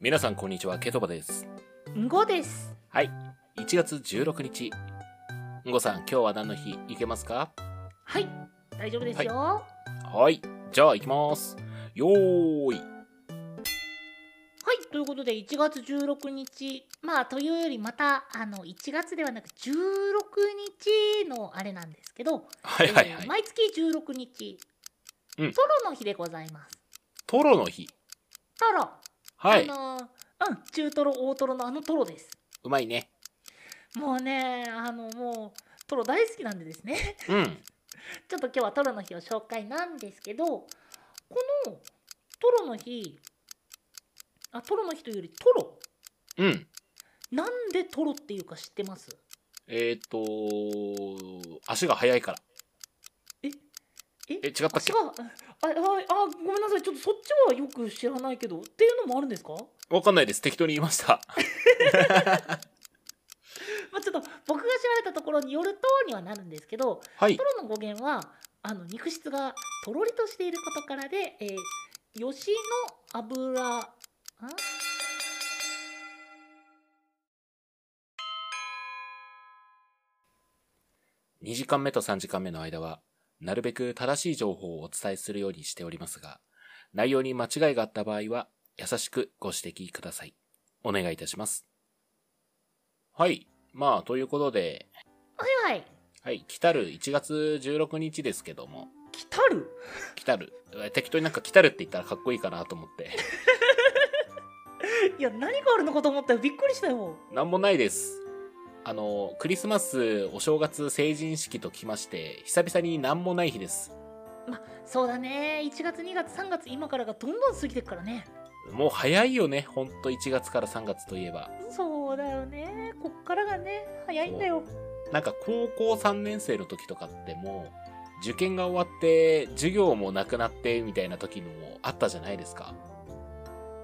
皆さんこんにちは、ケトバです。んごです。はい。1月16日。んごさん、今日は何の日いけますかはい、大丈夫ですよ。ははい。じゃあ行きます。よーい。い、ということで1月16日、まあというよりまたあの1月ではなく16日のあれなんですけど、はいはいえはーい。毎月16日、うんトロの日でございます。トロの日。トロ、はいあ。のーうん中トロ大トロのあのトロです。うまいね。もうねあのもうトロ大好きなんでですね。うん。ちょっと今日はトロの日を紹介なんですけどこのトロの日あトロの日というよりトロうん。なんでトロっていうか知ってますえっ、ー、とー、足が速いから。ええ、違ったっ足けがあああごめんなさいちょっとそっちはよく知らないけどっていうのもあるんですか、わかんないです。適当に言いました。まあ、ちょっと僕が調べたところによるとにはなるんですけどはいト。ロの語源はあの肉質がとろりとしていることからで、えー、吉の油ん2時間目と3時間目の間は、なるべく正しい情報をお伝えするようにしておりますが、内容に間違いがあった場合は、優しくご指摘ください。お願いいたします。はい。まあ、ということで、はいはいはい、来たる1月16日ですけども、来たる来たる。え適当になんか来たるって言ったらかっこいいかなと思って。 いや何があるのかと思ったよびっくりしたよなんもないです。あの、クリスマス、お正月、成人式と来まして、久々になんもない日です。そうだね1月2月3月今からがどんどん過ぎてくからねもう早いよね、ほんと1月から3月といえば。そうだよねこっからがね早いんだよなんか高校3年生の時とかってもう、受験が終わって、授業もなくなって、みたいな時のもあったじゃないですか。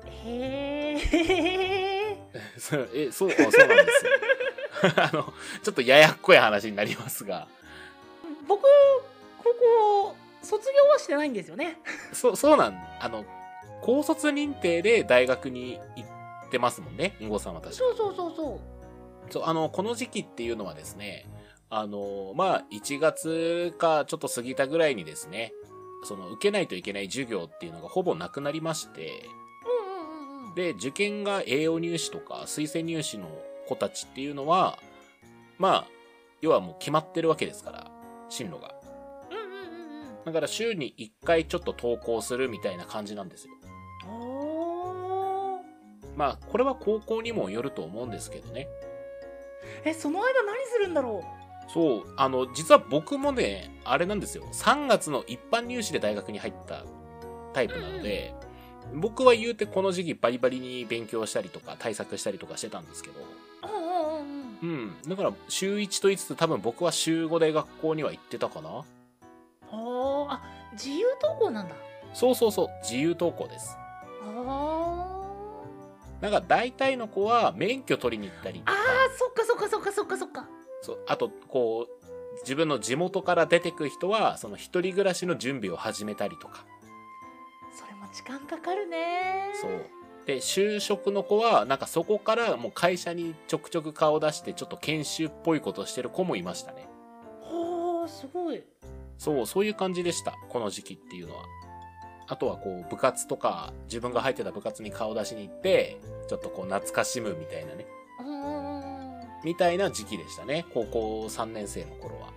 へえ そうえ、そうか、そうなんですよ。 あの、ちょっとややっこい話になりますが、僕高校卒業はしてないんですよねそう、そうなん、あの、高卒認定で大学に行ってますもんね、んごさんは確か。そうそうそうそうそう、あの、この時期っていうのはですね、あの、まあ、1月かちょっと過ぎたぐらいにですね、その、受けないといけない授業っていうのがほぼなくなりまして、うんうんうんうんで、受験が栄養入試とか推薦入試の子たちっていうのは、まあ、要はもう決まってるわけですから、進路が。うんうんうんうんだから週に1回ちょっと登校するみたいな感じなんですよ。おーまあ、これは高校にもよると思うんですけどね。えその間何するんだろそう、あの、実は僕もね、あれなんですよ。3月の一般入試で大学に入ったタイプなので、僕は言うてこの時期バリバリに勉強したりとか対策したりとかしてたんですけど、ううんうんうんうんうん。だから、週1と言いつつ、多分僕は週5で学校には行ってたかなおーあ自由登校なんだそうそうそう、自由登校です。あーなんか、大体の子は免許取りに行ったりとか、あそっかそっかそっかそっかそっかそうあと、こう、自分の地元から出てく人は、その一人暮らしの準備を始めたりとか、それも時間かかるねそう。で、就職の子は、なんかそこからもう会社にちょくちょく顔出して、ちょっと研修っぽいことしてる子もいましたね。ほーすごいそう、そういう感じでした。この時期っていうのは。あとはこう、部活とか、自分が入ってた部活に顔出しに行って、ちょっとこう、懐かしむみたいなね。うーんみたいな時期でしたね。高校3年生の頃は。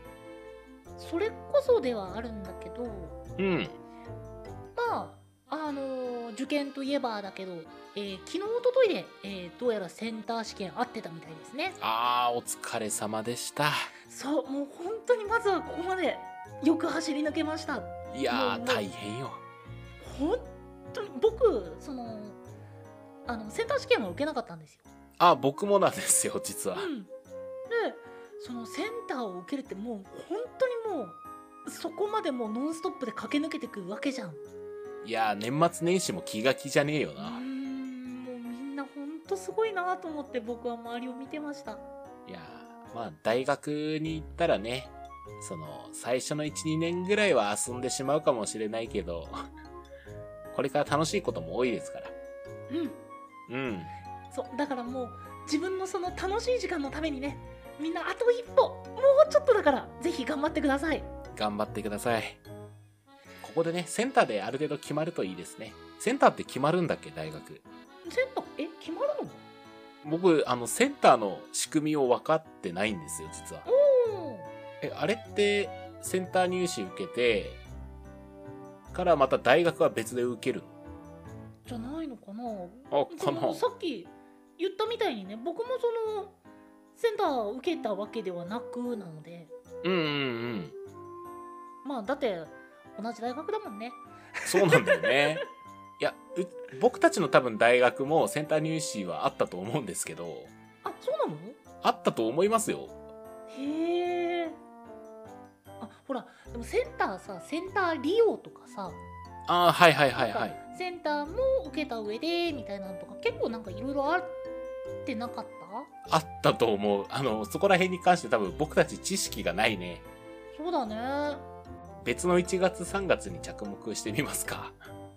それこそではあるんだけどうん。まああのー受験といえばだけど、えー昨日おとといで、えーどうやらセンター試験合ってたみたいですねあー、お疲れ様でした。そうもう本当にまずはここまでよく走り抜けましたいやもー、う大変よ。本当に僕そのあのセンター試験は受けなかったんですよあ、僕もなんですよ、実は。うん、でそのセンターを受けるってもう本当にもうそこまでもうノンストップで駆け抜けてくわけじゃんういやー、年末年始も気が気じゃねえよーな。んもうみんな本当すごいなと思って僕は周りを見てましたいやーまあ大学に行ったらね、その最初の1、2年ぐらいは遊んでしまう かもしれないけど、これから楽しいことも多いですから。うんうん。そうだからもう自分のその楽しい時間のためにねみんなあと一歩もうちょっとだからぜひ頑張ってください頑張ってください。ここでね、センターである程度決まるといいですね。センターって決まるんだっけ、大学。センターえ決まるの僕、あの、センターの仕組みを分かってないんですよ、実は。おーえ、あれって、センター入試受けて、からまた大学は別で受けるじゃないのかなあ、そかなのさっき言ったみたいにね僕もそのセンター受けたわけではなくなのでうんうんうん。まあだって同じ大学だもんねそうなんだよね。いや、う僕たちの多分大学もセンター入試はあったと思うんですけど、あそうなのあったと思いますよ。へえあほらでもセンターさセンター利用とかさああ、はいはいはいは。ないセンターも受けた上でみたいなのとか結構なんかいろいろあってなかったあったと思う。あの、そこら辺に関して多分僕たち知識がないね。そうだね別の1月3月に着目してみますか。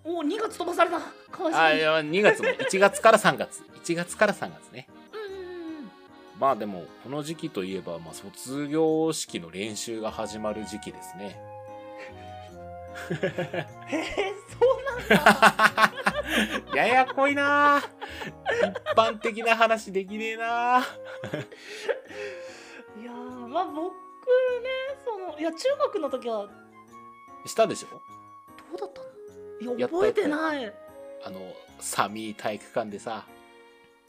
お2月飛ばされたかわいそあういにや、2月も。1月から3月。1月から3月ね。うんうんうんまあでも、この時期といえば、まあ卒業式の練習が始まる時期ですね。へえそうなん だややこいなあ一般的な話できねえなあいやーまあ僕ねそのいや中学の時はしたでしょどうだったのやいやった覚えてないあの、寒い体育館でさ、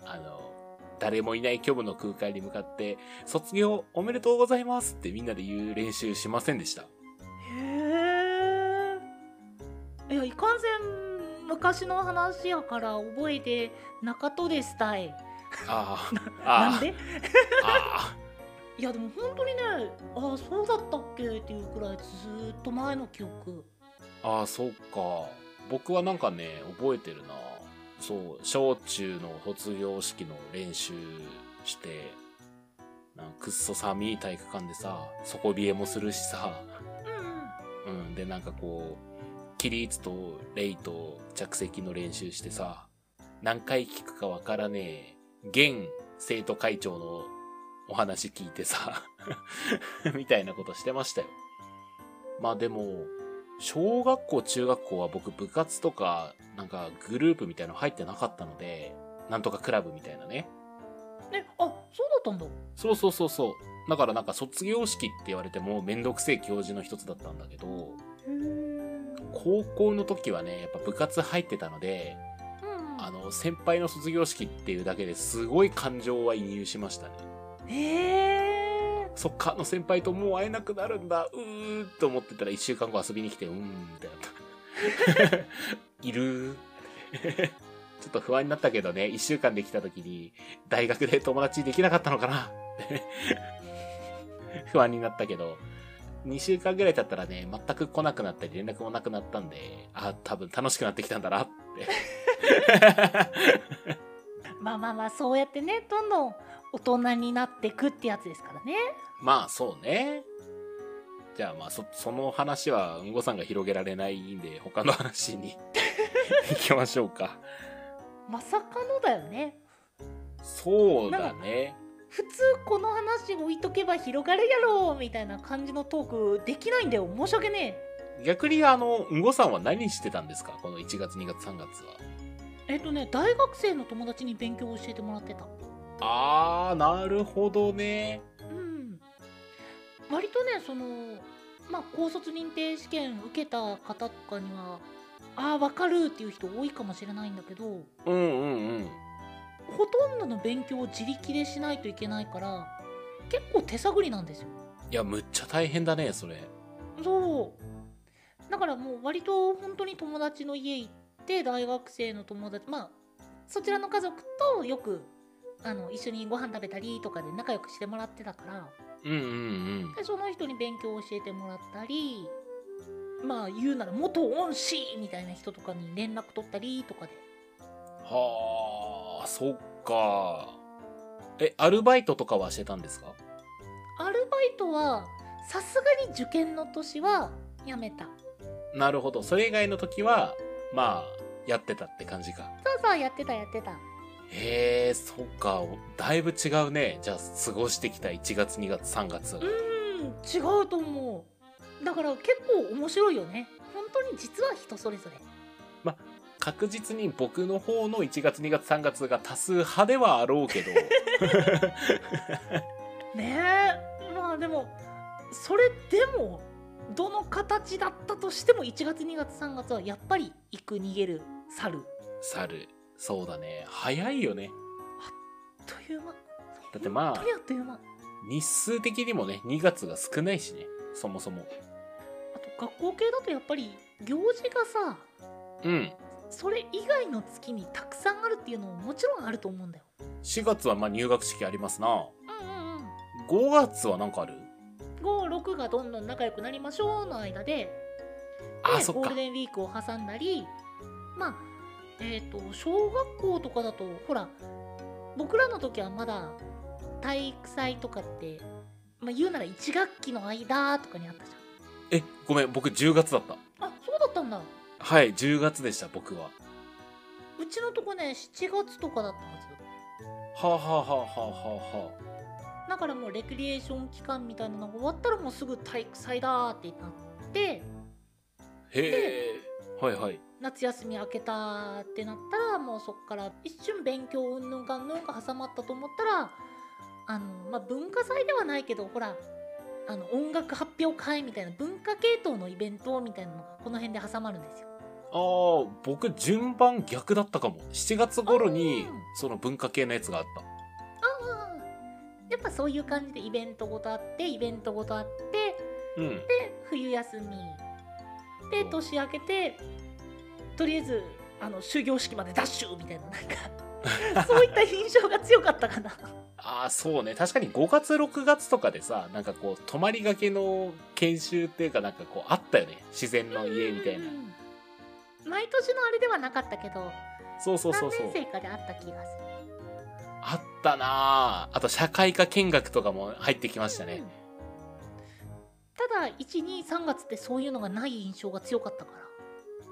あの、誰もいない虚無の空間に向かって、卒業おめでとうございますってみんなで言う練習しませんでした。へえいやいかんせん昔の話やから覚えてなかとでしたいああ、 なんあであ、あいやでも本当にねああそうだったっけっていうくらいずーっと前の記憶あ、ああ、そうか。僕はなんかね、覚えてるな。そう、小中の卒業式の練習して、なんかくっそ寒い体育館でさ、底冷えもするしさ、ううん、で、なんかこう、キリーツとレイと着席の練習してさ、何回聞くかわからねえ、現生徒会長のお話聞いてさ、 みたいなことしてましたよ。まあでも、小学校、中学校は僕部活とか、なんかグループみたいなの入ってなかったので、なんとかクラブみたいなね。んねあそうだったんだそうそうそうそう。だからなんか卒業式って言われてもめんどくせえ教授の一つだったんだけど、へえ高校の時はね、やっぱ部活入ってたので、うんあの、先輩の卒業式っていうだけですごい感情は移入しましたね。へえそっか、あの先輩ともう会えなくなるんだ、うーと思ってたら一週間後遊びに来て、うーん、みたいな。 いる ちょっと不安になったけどね、一週間できた時に、大学で友達できなかったのかな 不安になったけど、2週間ぐらい経ったらね、全く来なくなったり連絡もなくなったんで、あ、多分楽しくなってきたんだなって。まあまあまあそうやってねどんどん大人になってくってやつですからねまあそうね。じゃあまあそ、その話はうんごさんが広げられないんで、他の話 に行きましょうか。まさかのだよねそうだね。普通この話置いとけば広がるやろみたいな感じのトークできないんだよ申し訳ね逆にあの、うんごさんは何してたんですかこの1月、2月、3月は。ええっとね大学生の友達に勉強を教えてもらってたあー、なるほどね。うん、割とねそのまあ高卒認定試験受けた方とかにはああ分かるっていう人多いかもしれないんだけどうんうんうん。ほとんどの勉強を自力でしないといけないから結構手探りなんですよいや、むっちゃ大変だね、それ。そうだからもう割と本当に友達の家行って大学生の友達まあそちらの家族とよくあの一緒にご飯食べたりとかで仲良くしてもらってたからうんうんうん。でその人に勉強を教えてもらったりまあ言うなら元恩師みたいな人とかに連絡取ったりとかではー、そっか。え、アルバイトとかはしてたんですかアルバイトはさすがに受験の年はやめたなるほど。それ以外の時は、まあ、やってたって感じか。そうそうやってたやってたへえ、そっか。だいぶ違うね。じゃあ、過ごしてきた1月、2月、3月。うん違うと思うだから結構面白いよね本当に実は人それぞれ確実に僕の方の1月、2月、3月が多数派ではあろう けど。ねえまあでもそれでもどの形だったとしても1月2月3月はやっぱり行く逃げる去る猿。そうだね。早いよね。という間だってまあ本当にあっという間あ日数的にもね、2月が少ないしね。そもそも。と学校系だとやっぱり行事がさうん。それ以外の月にたくさんあるっていうのももちろんあると思うんだよ4月はまあ入学式ありますな。うんうんうん5月はなんかある56がどんどん仲良くなりましょうの間であ、でそっゴーかル。デンウィークを挟んだりまあえっ、と小学校とかだとほら僕らの時はまだ体育祭とかって、まあ、言うなら1学期の間とかにあったじえ、ごめん。僕10月だった。ゃんあそうだったんだはい、10月でした、僕は。うちのとこね7月とかだったはあ、はあはずはあはあはあはだからもうレクリエーション期間みたいなのが終わったらもうすぐ体育祭だーってなってあ、へえ。はいはい。夏休み明けたってなったらもうそっから一瞬勉強うんぬんかんぬんか挟まったと思ったらあの、まあ、文化祭ではないけどほらあの音楽発表会みたいな文化系統のイベントみたいなのがこの辺で挟まるんですよ。ああ、僕順番逆だったかも。7月頃にうん、その文化系のやつがあった。あーやっぱそういう感じでイベントごとあってイベントごとあってうん。で冬休みで年明けてとりあえずあの終業式までダッシュみたいななんかそういった印象が強かったかな。ああ、そうね。確かに5月、6月とかでさ、なんかこう、泊まりがけの研修っていうかなんかこう、あったよね。自然の家みたいなうん。うんうん毎年のあれではなかったけどそうそうそうそう何。年生かであった気がするあったなああと、社会科見学とかも入ってきましたね。うんただ123月ってそういうのがない印象が強かったか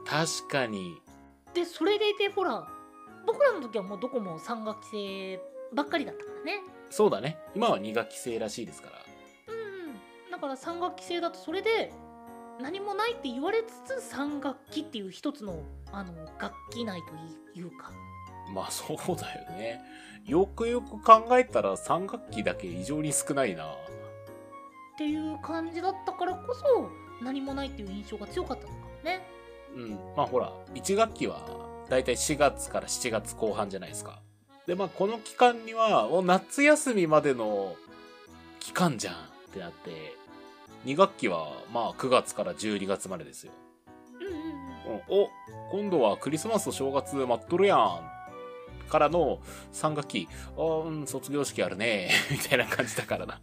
確かに。らでそれでいてほら僕らの時はもうどこも3学期生ばっかりだったからねそうだね。今は2学期生らしいですから。うんだから3学期生だとそれで何もないって言われつつ3学期っていう一つのあの学期内というかまあ そうだよね。よくよく考えたら3学期だけ異常に少ないなっていう感じだったからこそ何もないっていう印象が強かったのかもねうん。まあほら、1学期はだいたい4月から7月後半じゃないですか。で、まあこの期間には、お夏休みまでの期間じゃんってなって、2学期はまあ9月から12月までですよ。うんうんうんうんお、今度はクリスマスと正月待っとるやん。からの3学期、あーうん、卒業式あるね。 みたいな感じだからな。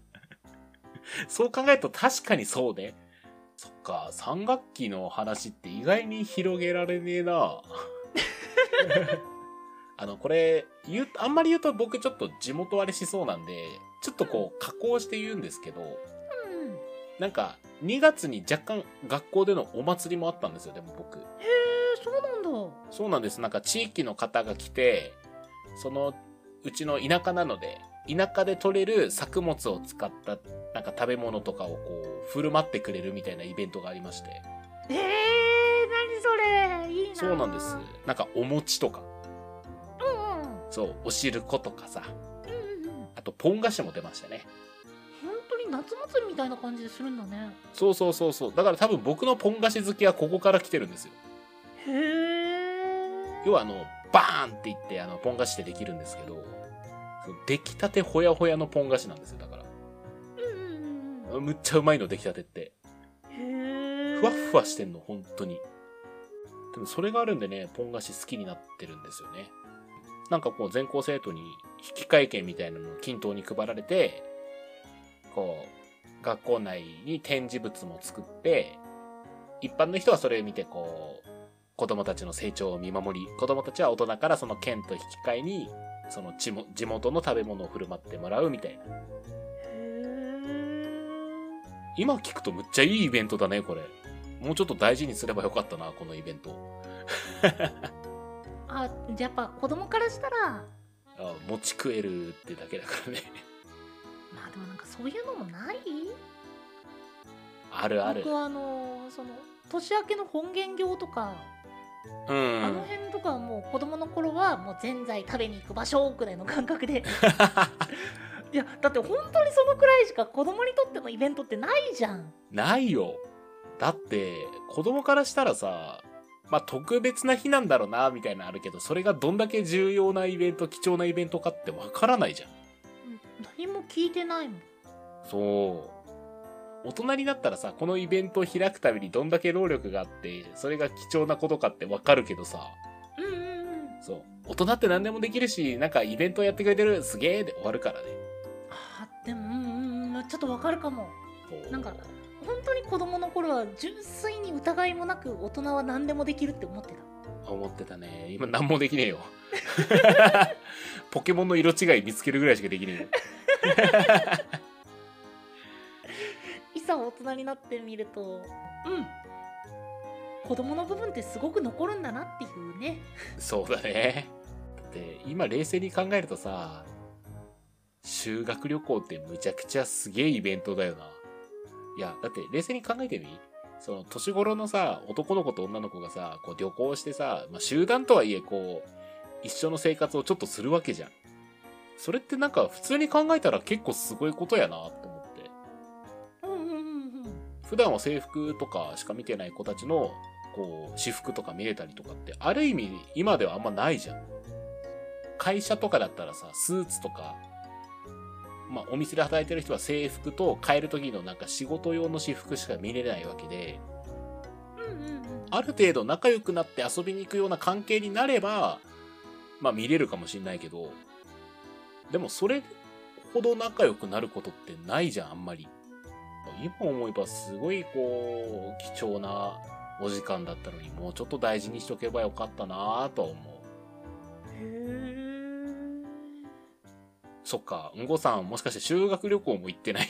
そう考えると確かにそうね。そっか、3学期の話って意外に広げられねえな。 あの、これ、言う、あんまり言うと僕ちょっと地元割れしそうなんで、ちょっとこう加工して言うんですけど、うん、へなんか2月に若干学校でのお祭りもあったんですよ、でも僕。えそうなんだ。そうなんです。なんか地域の方が来て、そのうちの田舎なので、田舎で採れる作物を使ったなんか食べ物とかをこう振る舞ってくれるみたいなイベントがありまして。ええ何それいいな。そうなんです。なんかお餅とか、うんうんそう、お汁粉とかさ、うんうんうん。あとポン菓子も出ましたね。本当に夏祭りみたいな感じでするんだね。そうそうそうそう。だから多分僕のポン菓子好きはここから来てるんですよ。へえ。要はあの、バーンって言ってあの、ポン菓子ってできるんですけど、その出来たてほやほやのポン菓子なんですよ、だから。うんうんうんうん。むっちゃうまいの出来たてって。へえ。ふわっふわしてんの、本当に。でもそれがあるんでね、ポン菓子好きになってるんですよね。なんかこう全校生徒に引換券みたいなのを均等に配られて、こう、学校内に展示物も作って、一般の人はそれを見てこう、子供たちの成長を見守り、子供たちは大人からその券と引き換えに、その地も地元の食べ物を振る舞ってもらうみたいな。へえ。今聞くとむっちゃいいイベントだね、これ。もうちょっと大事にすればよかったな、このイベント。あ、じゃあやっぱ子供からしたらあ持ち食えるってだけだからね まあでもなんかそういうのもないあるある僕はあのその年明けの本源行とか、うあのん辺とかはもう子供の頃はもうぜんざい食べに行く場所くらいの感覚 でいやだって本当にそのくらいしか子供にとってのイベントってないじゃんないよだって子供からしたらさまあ特別な日なんだろうなみたいなのあるけどそれがどんだけ重要なイベント貴重なイベントかってわからないじゃん何も聞いてないもんそう大人になったらさこのイベントを開くためにどんだけ労力があってそれが貴重なことかってわかるけどさうんうんうんそう大人って何でもできるしなんかイベントやってくれてるすげえで終わるからねあーでもうんうんうんちょっとわかるかもそうなんか本当に子供の頃は純粋に疑いもなく大人は何でもできるって思ってた思ってたね今何もできねえよポケモンの色違い見つけるぐらいしかできねえよいざ大人になってみるとうん子供の部分ってすごく残るんだなっていうねそうだね。だって今冷静に考えるとさ、修学旅行ってむちゃくちゃすげえイベントだよな。いや、だって冷静に考えてみその年頃のさ、男の子と女の子がさ、こう旅行してさ、まあ、集団とはいえこう、一緒の生活をちょっとするわけじゃん。それってなんか普通に考えたら結構すごいことやなと思って。うんうんうんうん普段は制服とかしか見てない子たちの、こう、私服とか見れたりとかって、ある意味、今ではあんまないじゃん。会社とかだったらさ、スーツとか、まあ、お店で働いてる人は制服と帰る時のなんか仕事用の私服しか見れないわけで、うんうんうんある程度仲良くなって遊びに行くような関係になれば、まあ見れるかもしんないけど、でもそれほど仲良くなることってないじゃん、あんまり。今思えばすごいこう、貴重なお時間だったのに、もうちょっと大事にしとけばよかったなぁとは思う。へそっか、うんごさんもしかして修学旅行も行ってない。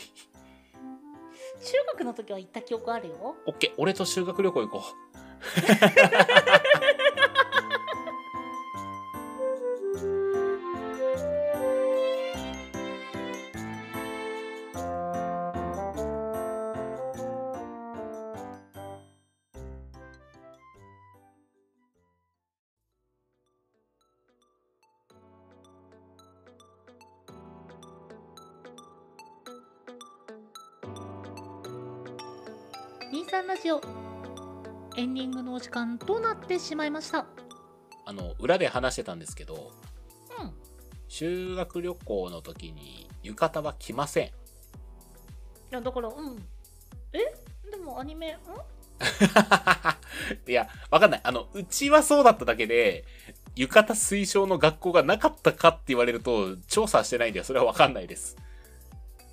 え中学の時は行った記憶あるよオッケー、俺と修学旅行行こう。 23ラジオエンディングのお時間となってしまいましたあの、裏で話してたんですけど、うん修学旅行の時に浴衣は着ません。いやだからうんえでもアニメん いや、わかんない。あの、うちはそうだっただけで、浴衣推奨の学校がなかったかって言われると、調査してないんで、それはわかんないです。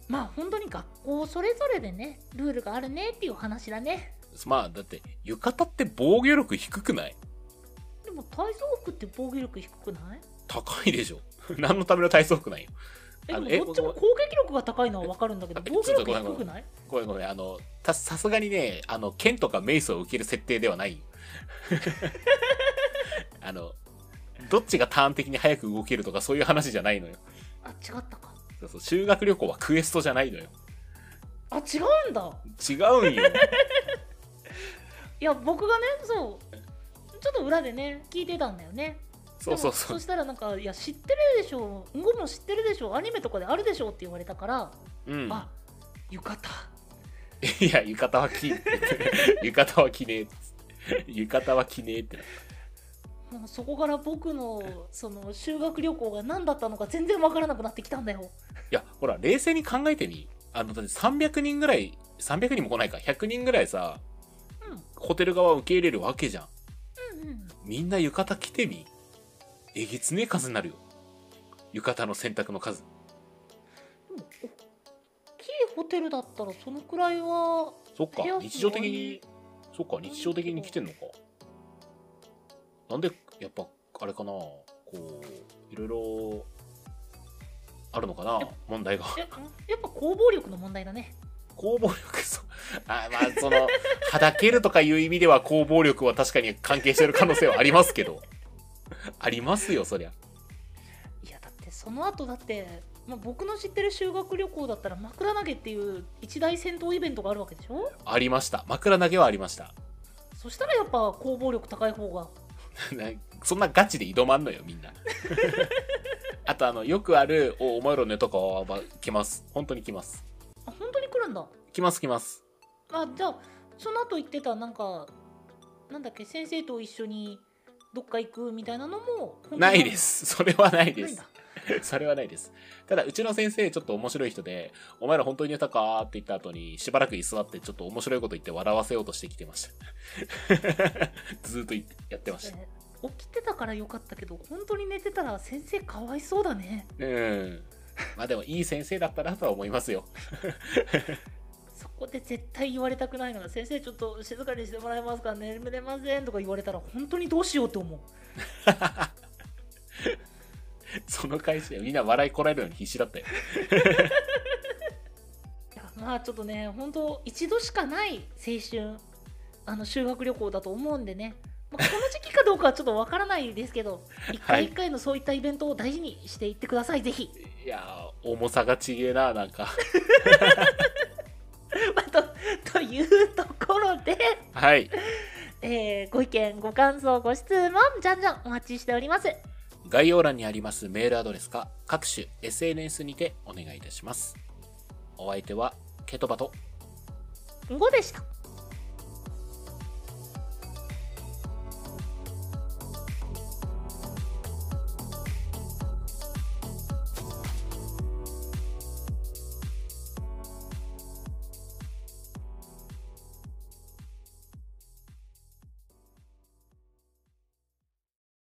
まあ本当に学校それぞれでねルールがあるねっていう話だねまあ、だって、浴衣って防御力低くないでも体操服って防御力低くない高いでしょ。 何のための体操服なんよ。えあのでもどっちも攻撃力が高いのは分かるんだけどえ防御ちょっとごめん力ごめん低くないごめんごめん。あの、た、さすがにね、あの、剣とかメイスを受ける設定ではないよ。 あの、どっちがターン的に早く動けるとかそういう話じゃないのよ。あ違ったかそうそう、修学旅行はクエストじゃないのよ。あ違うんだ違うんよ。いや僕がねそうちょっと裏でね聞いてたんだよねそうそうでそ。もそうしたらなんか「いや知ってるでしょうんごも知ってるでしょアニメとかであるでしょ」って言われたから、うん。あ浴衣いや、浴衣は着、浴衣は着ねえっつって。浴衣は着ねえってな。もうそこから僕のその修学旅行が何だったのか全然分からなくなってきたんだよいや、ほら、冷静に考えてみ。あの、だって300人ぐらい、300人も来ないか、100人ぐらいさ、うんホテル側受け入れるわけじゃん。うんうんみんな浴衣着てみ。えげつねえ数になるよ。浴衣の選択の数。でも大きいホテルだったらそのくらいはそっか部屋、日常的に、そっか、に日常的に着てんのか。なんで、やっぱ、あれかな、こう、いろいろ、あるのかな、問題が。 ややっぱ攻防力の問題だね攻防力そうあまあそのはだけるとかいう意味では攻防力は確かに 関係してる可能性はありますけどありますよそりゃいやだってその後だって、まあ、僕の知ってる修学旅行だったら枕投げっていう一大戦闘イベントがあるわけでしょありました。枕投げはありました。 そしたらやっぱ攻防力高い方がそんなガチで挑まんのよ、みんな。あと、あの、よくある、お、お前ら寝たかは、来ます。本当に来ます。あ本当に来るんだ来ます、来ます。あじゃあその後言ってたなんかなんだっけ先生と一緒にどっか行くみたいなのもないですす。 それはないでないんすだ。それはないです。ただ、うちの先生、ちょっと面白い人で、お前ら本当に寝たかって言った後に、しばらく居座って、ちょっと面白いこと言って笑わせようとしてきてました。 ずーっといやってました。えー起きてたからよかったけど本当に寝てたら先生かわいそうだねうん。まあでも、いい先生だったなとは思いますよ。 そこで絶対言われたくないのが先生ちょっと静かにしてもらえますか眠れませんとか言われたら本当にどうしようって思うその返しでみんな笑いこらえるのに必死だったよ。いやまあちょっとね本当一度しかない青春あの修学旅行だと思うんでね、まあ、この時期かどうかはちょっとわからないですけど一回一回のそういったイベントを大事にしていってくださいぜひ いやー、重さがちげえな、なんか。 まあと というところで、はい。えーご意見ご感想ご質問じゃんじゃんお待ちしております概要欄にありますメールアドレスか各種 SNS にてお願いいたします。お相手はケトバと5でした